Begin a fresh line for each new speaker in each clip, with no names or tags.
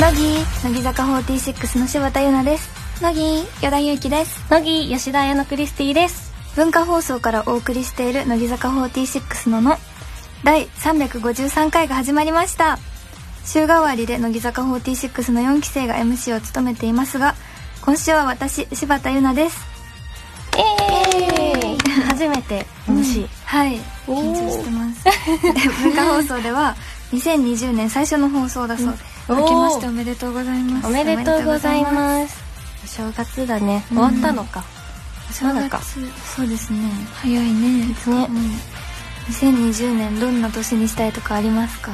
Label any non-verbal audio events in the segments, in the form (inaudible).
乃木乃木坂46の柴田優奈です乃木与田祐希です
乃木吉田彩乃クリスティです
文化放送からお送りしている乃木坂46のの第353回が始まりました週替わりで乃木坂46の4期生が MC を務めていますが今週は私柴田優奈です
イエーイ初めて MC
はい緊張してます文化放送では2020年最初の放送だそうです、
うん
明けましておめでとうございます
おめでとうござい
す
ますお正月だね
うん
終わったのか
そう
まだか
そうですね早いね
ね
うん2020年どんな年にしたいとかありますか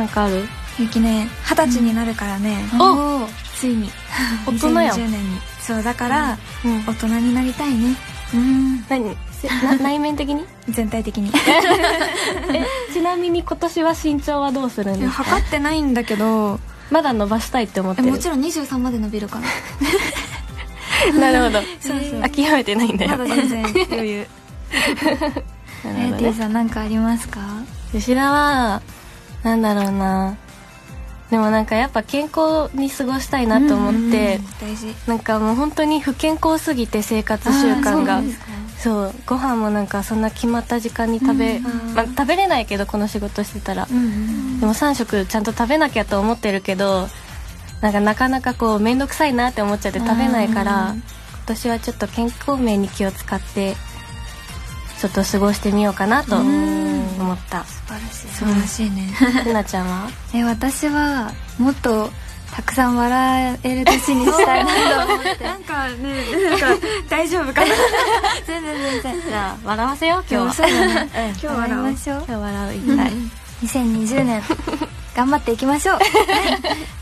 なんかある
ゆきね二十歳になるからね、
お
お
ついに
(laughs) 大人 (laughs) やん
2020年にそうだから、
うん
大人になりたいね
うん
何せな (laughs) 内面的に
全体的に
えちなみに今年は身長はどうするん
いや
ですか
測ってないんだけど
まだ伸ばしたいって思って
え
る
もちろん23まで伸びる
(laughs)
かな
なるほ (laughs) ど
そうそう
諦めてないんだ
ま
よ
だ全然余裕
な
え
る
ー
ほど
T
ね
さんなんかありますか
吉田はなんだろうなでもなんかやっぱ健康に過ごしたいなと思って、
大事
なんかもう本当に不健康すぎて生活習慣が
あーそうなんですか
そうご飯もなんかそんな決まった時間に食べ、
うん
まあ、食べれないけどこの仕事してたら、
うんうん
でも3食ちゃんと食べなきゃと思ってるけどなんかなかなかこう面倒くさいなって思っちゃって食べないから
あー
今年はちょっと健康面に気を使ってちょっと過ごしてみようかなと
うん
思った
素晴らしい
素晴らしいね
ルナちゃんは
え私はもっとたくさん笑える年にしたいなと思って
(laughs) なんかねなんか大丈夫かな
(laughs) 全然全然
(laughs) じゃあ笑わせよう今日
今日
は
そうだね
今
今日笑いましょう
日笑う一回
2020年頑張っていき
(laughs)
ましょう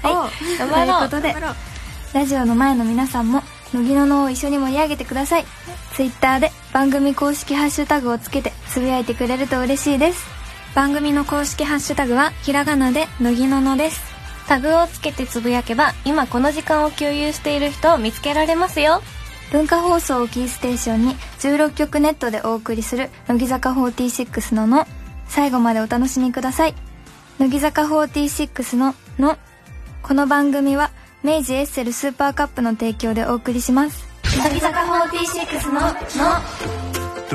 はい
頑張ろう
ということでラジオの前の皆さんも乃木ののを一緒に盛り上げてくださいツイッターで番組公式ハッシュタグをつけてつぶやいてくれると嬉しいです
番組の公式ハッシュタグはひらがなで乃木ののです
タグをつけてつぶやけば今この時間を共有している人を見つけられますよ
文化放送をキーステーションに16曲ネットでお送りする乃木坂46のの最後までお楽しみください乃木坂46ののこの番組は明治エッセルスーパーカップの提供でお送りします乃木坂46の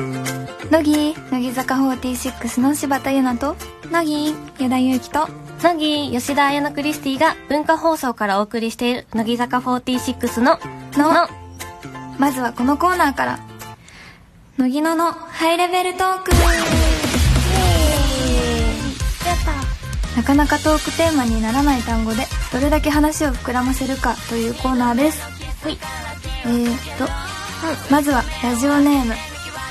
の乃木乃木坂46の柴田優奈と乃木矢田祐希と
乃木吉田彩乃クリスティが文化放送からお送りしている乃木坂46の
の
の
まずはこのコーナーから乃木ののハイレベルトークなかなかトークテーマにならない単語でどれだけ話を膨らませるかというコーナーです
ほい
えー、と、まずはラジオネーム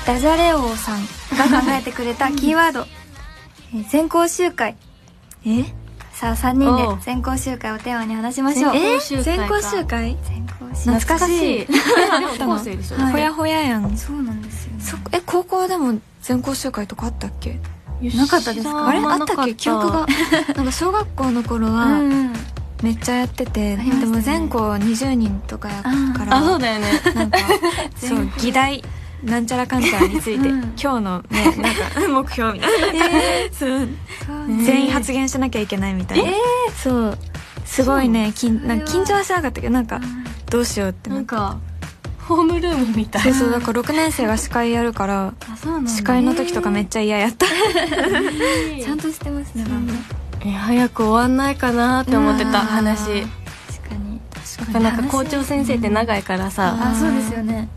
ダジャレ王さんが考えてくれ
(laughs)
たキーワードえー全校集会
え
さあ3人
おう
で全校集会をテーマに話しましょう
全校集会か
全校集会
全校集会
懐かしい
(laughs) でも高生でしょ
ほやほややん
そうなんですよね
そえ高校でも全校集会とかあったっけ
なかったですか
あれあったっけ記憶がなんか小学校の頃 (laughs) は、
うん
めっちゃやって
り
て、
ましたね
でも全校20人とかやか
あそ
ら
うだよね
なん (laughs) かそう議題なんちゃらかんちゃらについて、
うん
今日のねなんか目標みたいな、 (laughs) そう全員発言しなきゃいけないみたいな、そうすごいね緊なんか緊張はしなかったけどなんかどうしようってな
な
っ
ん
て
かホームルームみたい
そうそうだから6年生が司会やるから
あそうなんだ
司会の時とかめっちゃ嫌やった
ちゃんとしてますねなんか
え早く終わんないかなって思ってた
うん
話
確かに
なんか校長先生って長いからさ
あそうですよね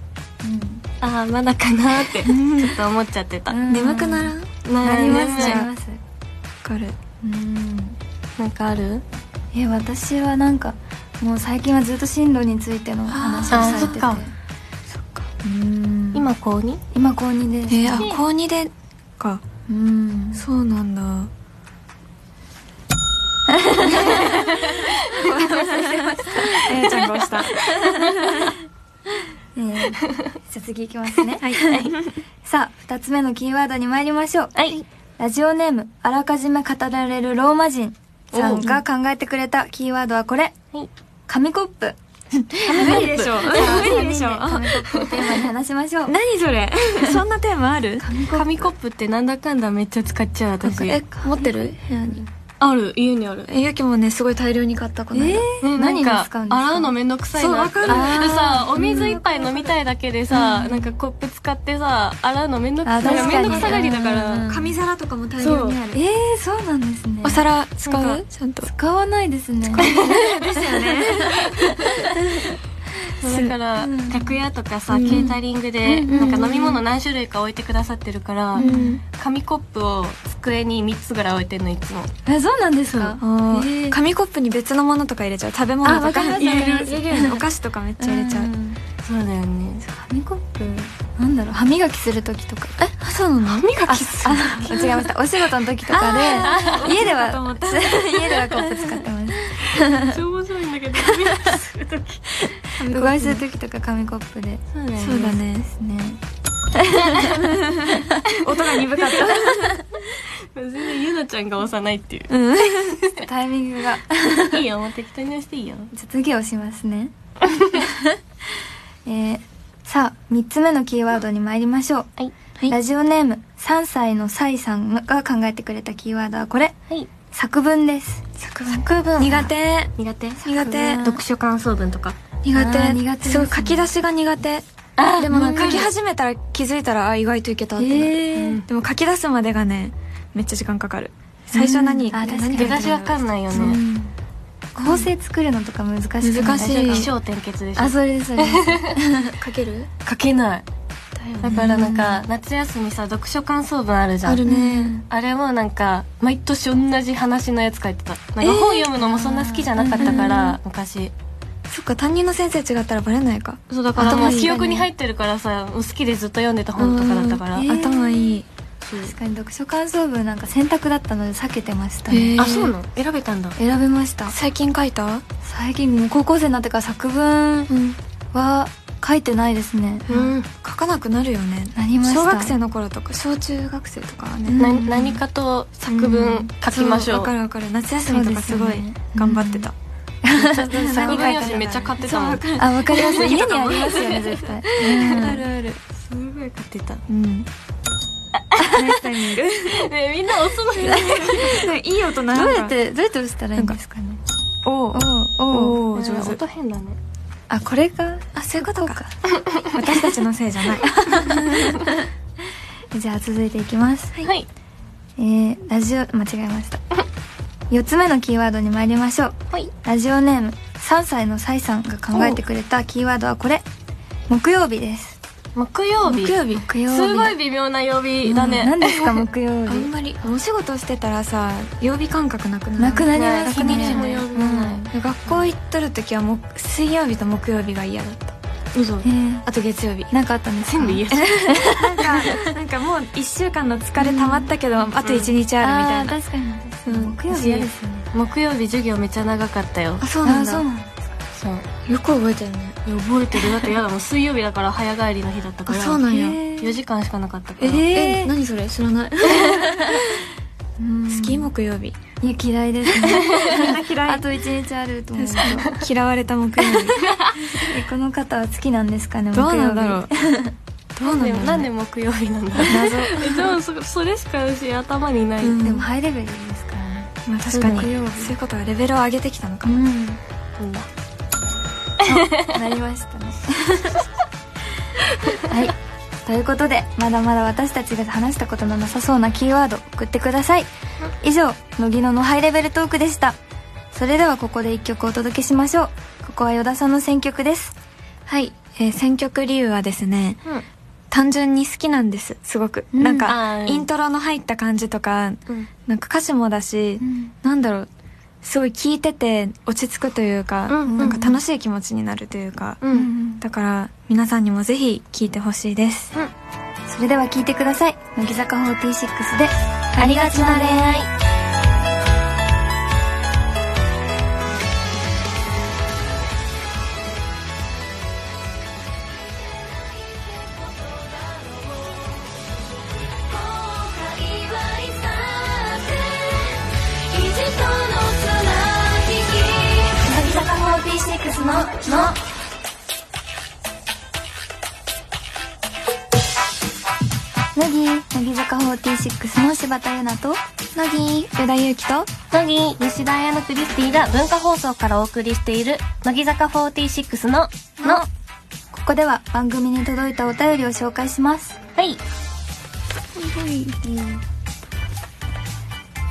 あーまだかなってちょっと思っちゃってた
うん
眠くならんわ
な
あります
じ
あ
ゃ
り
ん
ます
かる
うん
なんかある
え私はなんかもう最近はずっと進路についての話をされてて
あーそっか
うん
今
今
高に
今高2です
えー、あ高2でか
うん
そう (laughs) なんだあやちゃんが押した
えーじゃあ次いきますねはいさあ2つ目のキーワードに参りましょう
はい
ラジオネームあらかじめ語られるローマ人さんが考えてくれたキーワードはこれ
はい
紙コップ
無理でしょ無理でしょ
紙コップをテーマに話しましょう
(laughs) 何それそんなテーマある
紙コップってなんだかんだめっちゃ使っちゃう私
え持ってる部屋に
あある家にある
えゆきもねすごい大量に買ったこの間、
ね
何に
なんか
使うんですか
洗うのめんどくさいなって
そうわか
でさお水一杯飲みたいだけでさなんかコップ使ってさ洗うのめんどくさ
あ
いなん
確
か
か
めん
に
どくさがりだか
うん
ら
紙皿とかも大量にある
えー、そうなんですね
お皿使
な
うんちゃんと
使わないですね
ですよね
だから
うん
楽屋とかさ
う
ケ
ん
ータリングで
うんうん
なんか飲み物何種類か置いてくださってるから
ん
紙コップを机に3つぐらい置いてんのいつも
えそうなんです
(laughs)
か
(laughs) あー
えー
紙コップに別のものとか入れちゃう食べ物
あ
と
わ
か
かります
入れ
わかりま
る
す
入れるよねお菓子とかめっちゃ入れちゃう
そうだよね
紙コップなんだろう歯磨きする時とかえ
あそうなの
歯磨きする
あ違いましたお仕事の時とかで家では (laughs) 家ではコップ使ってます
めっちゃ面白いんだけど
うがいする時とか紙コップで
そうだよ
そうだ
ね
ね
ですね
音が鈍かっ
全然ゆなちゃんが押さないってい
たうん
タイミングが
ういいよもう適当に押していいよ
じゃあ次押します
(laughs)
ねえーさあ3つ目のキーワードに参りましょう、
はい
ラジオネーム3歳のサイさんが考えてくれたキーワードはこれ
はい
作文です
作文苦手
苦手
苦手
読書感想文とか
苦
あー
手
苦手ですね
すごい書き出しが苦手でも書き始めたら気づいたらあ意外といけたってなる、
えー
うんでも書き出すまでがねめっちゃ時間かかる最初何、
うんあ確かに
出だしわかんないよ
う
ね
ん構成作るのとか難しくない
難しい
起承転結でしょ
あそれですそれです
書ける
書けない
だよ
だからなんか夏休みさ読書感想文あるじゃん
あるね
あれもなんか毎年同じ話のやつ書いてたなんか本読むのもそんな好きじゃなかったから昔
そっか担任の先生違ったらバレないか
そうだからも
頭
う
いいね
記憶に入ってるからさ好きでずっと読んでた本とかだったから
うんえー
頭いい
確かに読書感想文なんか選択だったので避けてました
へ
ね
ー
の選べたんだ
選べました
最近書いた
最近もう高校生になってから作文
うん
は書いてないですね
うん
書かなくなるよね
なりました
小学生の頃とか小中学生とかはね、
うん
な何かと作文書きましょ
そうわかるわかる夏休みとかすごい
そうですよね
頑張ってた、
作
(laughs) 何
文
書
用
いたか
紙めっちゃ買ってたもんす
あわかります (laughs) 家にありますよね絶対
あるある
ごい買って
(laughs)
た
うん
ねみんな押すのに
いい音な
ど
ん
う
か
やってどうやって押したらいいんですかね
おう
おおお
おう上手
音変だね
あこれか
あそういうことか私たちのせいじゃない
じゃあ続いていきます
はい
えー、ラジオ間違えました4つ目のキーワードに参りましょう
はい
ラジオネーム3歳のサイさんが考えてくれたキーワードはこれ木曜日です
木曜日
日木曜日
すごい微妙な曜日だ
うん
ね
何
(laughs)
ですか木曜
(laughs) あん
日
まりお仕事してたらさ曜日感覚なくなる
なくなります
一
ね
日も曜日もない
学校行っとる時はもう水曜日と木曜日が嫌だった
嘘
えー
あと月曜日
なんかあったんですか
全部言えそう
なんかなんかもう1週間の疲れ溜まったけど、あと1日あるみたいな
あー確かに確かに
うん
木曜日嫌ですよね
木曜日授業めっちゃ長かったよ
あそ
あ
うなん
ー
だ
そうなんだ
そう
よく覚えてるね
覚えてるだってやだもう水曜日だから早帰りの日だったか
あ
ら
そうなんや
へー
4時間しかなかったから、
えー
何それ知らない
うん
好き木曜日
いや嫌いですね
嫌
あと一日あると思うと
嫌われた木曜日
えこの方は好きなんですかね
(laughs) どうなんだろうどうなんだ
で
ろ
も
う
なんで木曜日なんだ (laughs)
謎、
えでもそそれしか私頭にない、
うん
でもハイレベルですからね
まあ、確かに
木
そうい
曜日
うことはレベルを上げてきたのかも、
ん
うん
(laughs) なりま
(laughs)
したねはいということでまだまだ私たちが話したことのなさそうなキーワード送ってください以上乃木野のハイレベルトークでしたそれではここで一曲お届けしましょうここは依田さんの選曲です
はい、えー選曲理由はですね単純に好きなんですすごく、
うん
なん
あ
か
ー
イントロの入った感じとか
うん
なんか歌詞もだし、なんだろうすごい聴いてて落ち着くというか、
うんうんうん
なんか楽しい気持ちになるというか、
うん、
だから皆さんにもぜひ聴いてほしいです
それでは聴いてください乃木坂46で「ありがちな恋愛」乃木坂46の「の」乃木乃木坂46の柴田優奈と乃木上田祐希と
乃木吉田彩乃クリスティが文化放送からお送りしている乃木坂46の「の」は
ここでは番組に届いたお便りを紹介します
い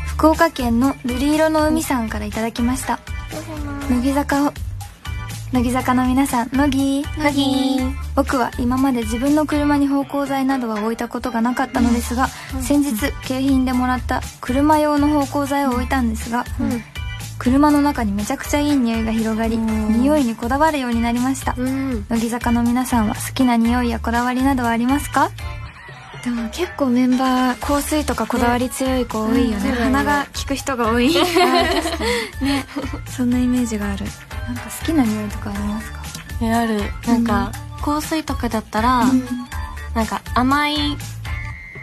福岡県の瑠璃色の海さんからいただきました乃木坂を乃木坂の皆さん乃木
乃木
僕は今まで自分の車に芳香剤などは置いたことがなかったのですが、先日景品でもらった車用の芳香剤を置いたんですが、車の中にめちゃくちゃいい匂いが広がり、匂いにこだわるようになりました、
うん
乃木坂の皆さんは好きな匂いやこだわりなどはありますか
でも結構メンバー香水とかこだわり強い子多いよね、鼻が効く人が多いね (laughs) そんなイメージがある
なんか好きな匂いとかありますか
えあるなんか、香水とかだったら、なんか甘い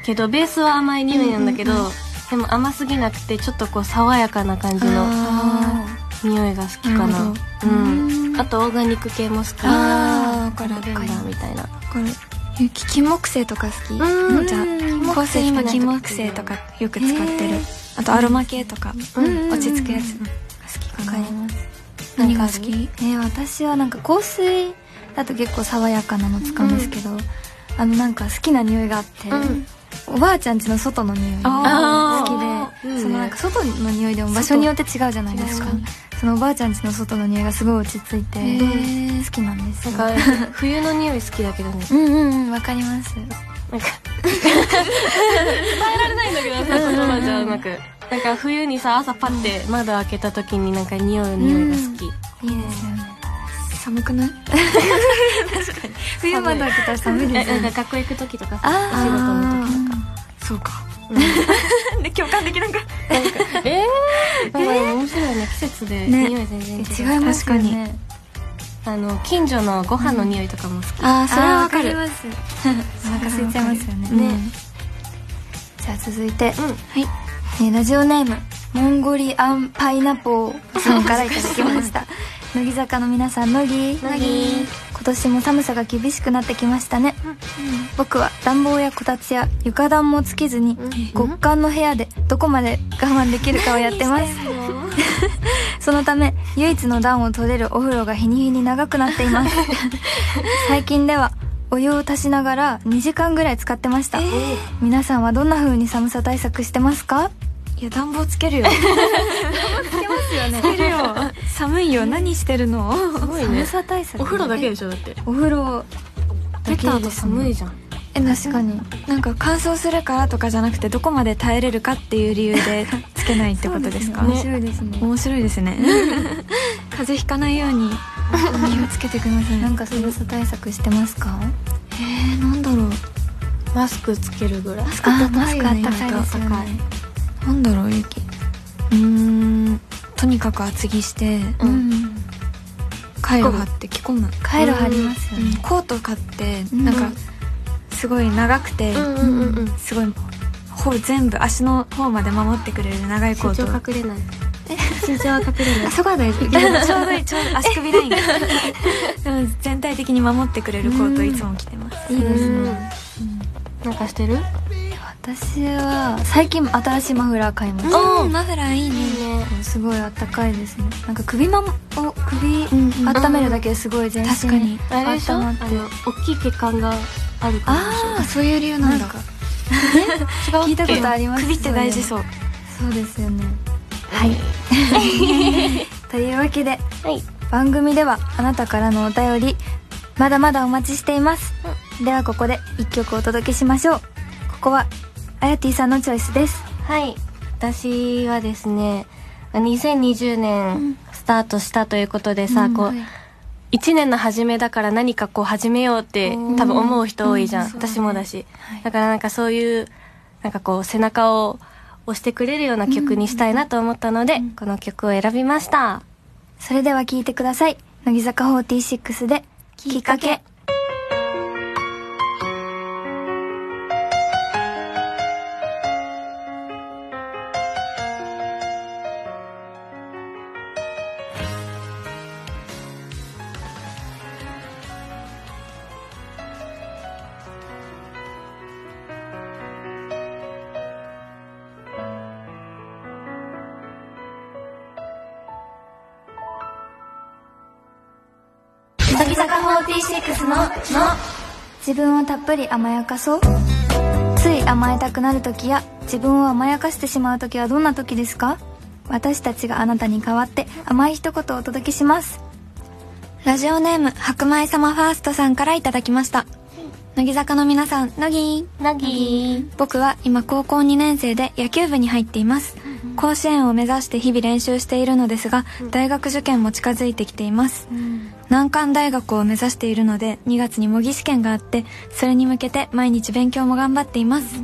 けどベースは甘い匂いなんだけど、でも甘すぎなくてちょっとこう爽やかな感じの
あ
匂いが好きか
なる
な
ほど
うんあとオーガニック系も好き
あーわかる
ラベンダーみたいな
これゆき金木犀とか好き
うん
じゃあ香水今金木犀とかよく使ってるあとアロマ系とか落ち着くやつが好きか
わ
な
かります
何が好き
えー私はなんか香水だと結構爽やかなの使うんですけど、あのなんか好きな匂いがあって、おばあちゃん家の外の匂いが
あ
好
ー
きで、そのなんか外の匂いでも場所によって違うじゃないですかそのおばあちゃん家の外の匂いがすごい落ち着いて好きなんですよ
なんか (laughs) 冬の匂い好きだけどね
うんうんうんわかります
(laughs) なんか伝えられないんだけどさ言葉じゃうまくなんか冬にさ朝パッて窓開けた時になんか匂いの匂いが好き、
いいですよね
寒くない
(laughs) 冬まで開けたら寒いで
え
すよ
な
ね
んか学校行く時とかさお仕事の時
あ
そうかで共感できなかった
えー、なんかでも面白いね季節で
ね
匂い全然違う、
ー違いますよね
あの近所のご飯の匂いとかも好き、
ああそれはわか
あー
る
わかりますお腹空いちゃいますよね
ね
じゃあ続いて、はい、えーラジオネームモンゴリアンパイナポーさんからいただきました (laughs) 乃木坂の皆さん乃木
乃木
今年も寒さが厳しくなってきましたね、僕は暖房やこたつや床暖もつけずに、極寒の部屋でどこまで我慢できるかをやってますそのため唯一の暖を取れるお風呂が日に日に長くなっています (laughs) 最近ではお湯を足しながら2時間ぐらい使ってました、皆さんはどんな風に寒さ対策してますか
いや暖房つけるよつけるよ寒いよ何してるの
すごい
寒
ね
さ対策
お風呂だけでしょだって
お風呂
出た後寒いじゃん
え確かに
なんか乾燥するからとかじゃなくてどこまで耐えれるかっていう理由でつけないってことですか
面白いですね
面白いですね風邪ひかないように気をつけてください
なんか寒さ対策してますか
えー、なんだろう
マスクつけるぐらい
あ
マ
マ
ス
ス
ク
ク
あ
あ
っ
ったた
か
か
い
い
で
ですす
よ
よ
ね
ね
なんだろうゆきうーんとにかく厚着して
うん
カイロ貼って着込む、
回路ありますよ
うん
ね
コート買って
うん
なんかすごい長くて、
うんうんうん
すごいほぼ全部足の方まで守ってくれる長いコ
身
ー
長
ト
隠れない身長は隠れない
あそこは大丈夫でもちょうどいいちょうど足首ラインがでも全体的に守ってくれるコートいつも着てます
いいですね
なんかしてる
(laughs) 私は最近新しいマフラー買いました
うんマフラーいいね
すごいあったかいですねなんか首まもを首
んうん
温めるだけですごい全身
確かに
あれでしょ
温ま
あ
って
の大きい血管があるからでし
あそういう理由なんだ
ょ違う
聞いたことあります
首って大事そう
そうですよねはいというわけで
はい
番組ではあなたからのお便りまだまだお待ちしています、ではここで一曲お届けしましょうここはあやてぃさんのチョイスです
はい私はですね2020年スタートしたということでさ、こう1年の初めだから何かこう始めようって多分思う人多いじゃん、私もだし、だからなんかそういうなんかこう背中を押してくれるような曲にしたいなと思ったので、この曲を選びました、
それでは聴いてください乃木坂46で「きっかけ」乃木坂46のの自分をたっぷり甘やかそうつい甘えたくなる時や自分を甘やかしてしまう時はどんな時ですか私たちがあなたに代わって甘い一言をお届けします
ラジオネーム白米様ファーストさんからいただきました乃木坂の皆さん乃木
なぎ
僕は今高校2年生で野球部に入っています甲子園を目指して日々練習しているのですが大学受験も近づいてきています難関大学を目指しているので2月に模擬試験があってそれに向けて毎日勉強も頑張っています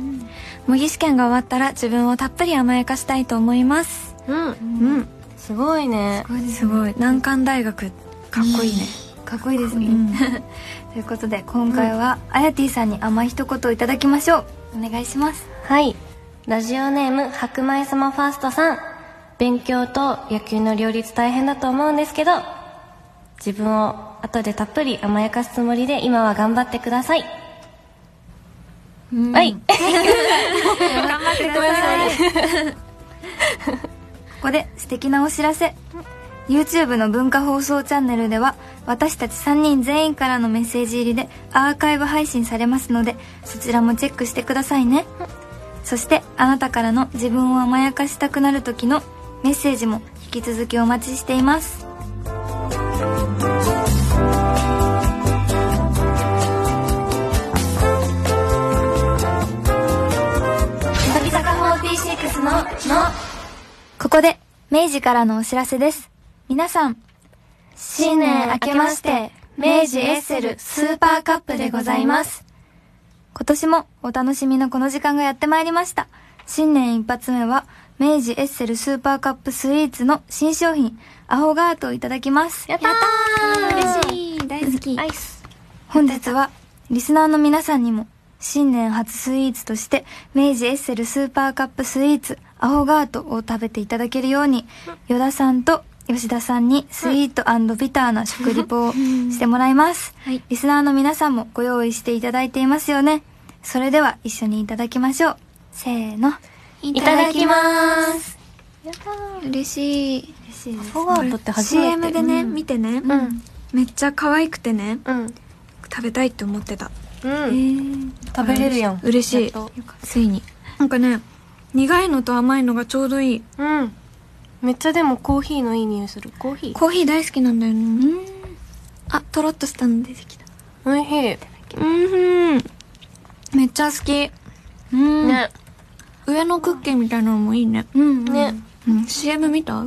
模擬試験が終わったら自分をたっぷり甘やかしたいと思います
うん
うん
すごいね
すごい難関大学かっこいいね
かっこいいですね、 (laughs) ということで今回は、あやてぃさんに甘い一言をいただきましょうお願いします
はいラジオネーム白米様ファーストさん勉強と野球の両立大変だと思うんですけど自分を後でたっぷり甘やかすつもりで今は頑張ってくださいはい
頑張ってください
(laughs) ここで素敵なお知らせ YouTube の文化放送チャンネルでは私たち3人全員からのメッセージ入りでアーカイブ配信されますのでそちらもチェックしてくださいねそしてあなたからの自分を甘やかしたくなる時のメッセージも引き続きお待ちしています乃木坂46ののここで、明治からのお知らせです。皆さん、新年明けまして、明治エッセルスーパーカップでございます。今年もお楽しみのこの時間がやってまいりました。新年一発目は、明治エッセルスーパーカップスイーツの新商品、アホガートをいただきます。
やったしい
嬉しい大好き
アイス
本日はリスナーの皆さんにも新年初スイーツとして明治エッセルスーパーカップスイーツアホガートを食べていただけるように依田さんと吉田さんにスイートビターな食リポをしてもらいます、
はい
リスナーの皆さんもご用意していただいていますよねそれでは一緒にいただきましょうせーのい
ただき
ます
嬉しい
嬉しいです
フォワードって初めて
CM でね、見てね、
うん
めっちゃ可愛くてね
うん
食べたいって思ってた
うん
ー
食べれるやん
嬉し
や
い
っと
ついになんかね苦いのと甘いのがちょうどいい
うんめっちゃでもコーヒーのいい匂いするコーヒー
コーヒー大好きなんだよねあとろっとしたの出てきた
おいしい
うんめっちゃ好き
うん
ね
上のクッキーみたいなのもいいね、
うん
ね
うん CM 見た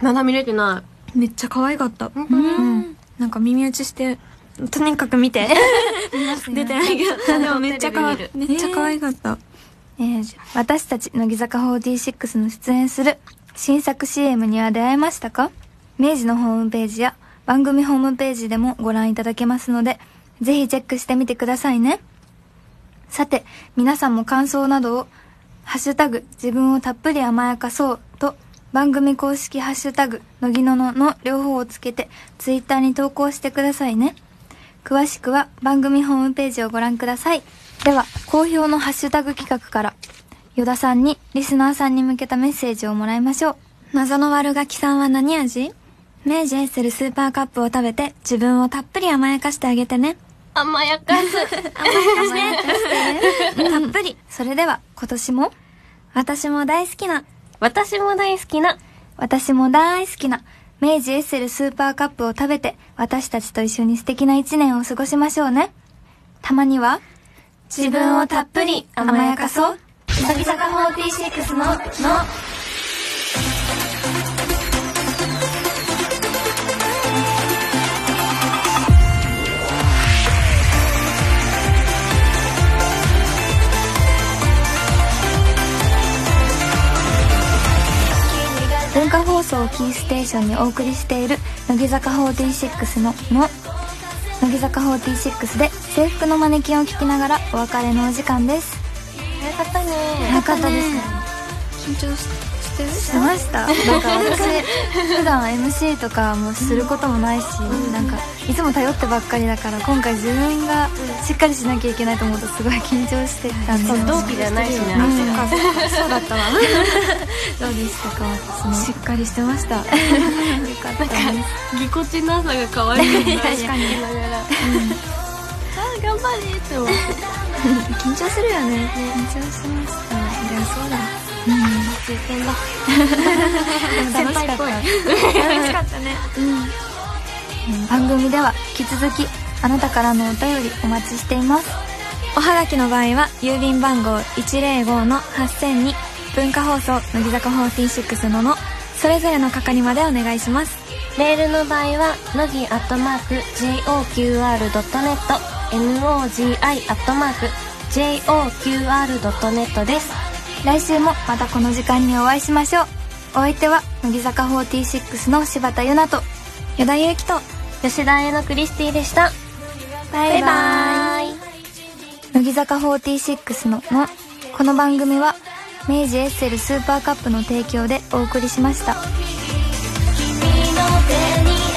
まだ見れてな
めっちゃ可愛かった
いうん
なんか耳打ちしてとにかく見て出てないけ
(laughs)
どでも (laughs) めっちゃ可愛いめっちゃ可愛かった、
えー私たち乃木坂46の出演する新作 CM には出会えましたか明治のホームページや番組ホームページでもご覧いただけますので、ぜひチェックしてみてくださいね。さて、皆さんも感想などを、ハッシュタグ、自分をたっぷり甘やかそうと、番組公式ハッシュタグ、のぎののの両方をつけて、ツイッターに投稿してくださいね。詳しくは番組ホームページをご覧ください。では、好評のハッシュタグ企画から、与田さんに、リスナーさんに向けたメッセージをもらいましょう。
謎の悪ガキさんは何味明治エッセルスーパーカップを食べて自分をたっぷり甘やかしてあげてね
甘やか (laughs) す
(laughs)
たっぷり
それでは、今年も、
私も大好きな
私も大好きな
私も大好きな、明治エッセルスーパーカップを食べて、私たちと一緒に素敵な一年を過ごしましょうね。たまには、
自分をたっぷり甘やかそう
乃木坂46の、の、文化放送をキーステーションにお送りしている乃木坂46の「の」乃木坂46で制服のマネキンを聞きながらお別れのお時間です
早かったね
早かったですね
張ししてる
してましたなんか私普段 MC とかもすることもないし、なんかいつも頼ってばっかりだから今回自分がしっかりしなきゃいけないと思うとすごい緊張してたんですよ
同期じゃないしね
う
あ
ん
いつら
そうかそうだった (laughs) わどうでしたか私
し
も
っかりしてました
よかったです
ぎこちなさが可愛いね
確かに
ながらあー頑張れって思って
緊張するよね緊張しましたいやそうだうん経験だ楽しかった
楽しかったね
うん番組では引き続きあなたからのお便りお待ちしています
おはがきの場合は郵便番号105-8000に文化放送乃木坂46ののそれぞれの係までお願いします
メールの場合は、乃木アットマーク、joqr.net、nogi アットマーク、joqr.net です。
来週もまたこの時間にお会いしましょうお相手は乃木坂46の柴田優奈と
与田祐希と
吉田へのクリスティでした。
バイバイ乃木坂46ののこの番組は明治エッセルスーパーカップの提供でお送りしました
君の手に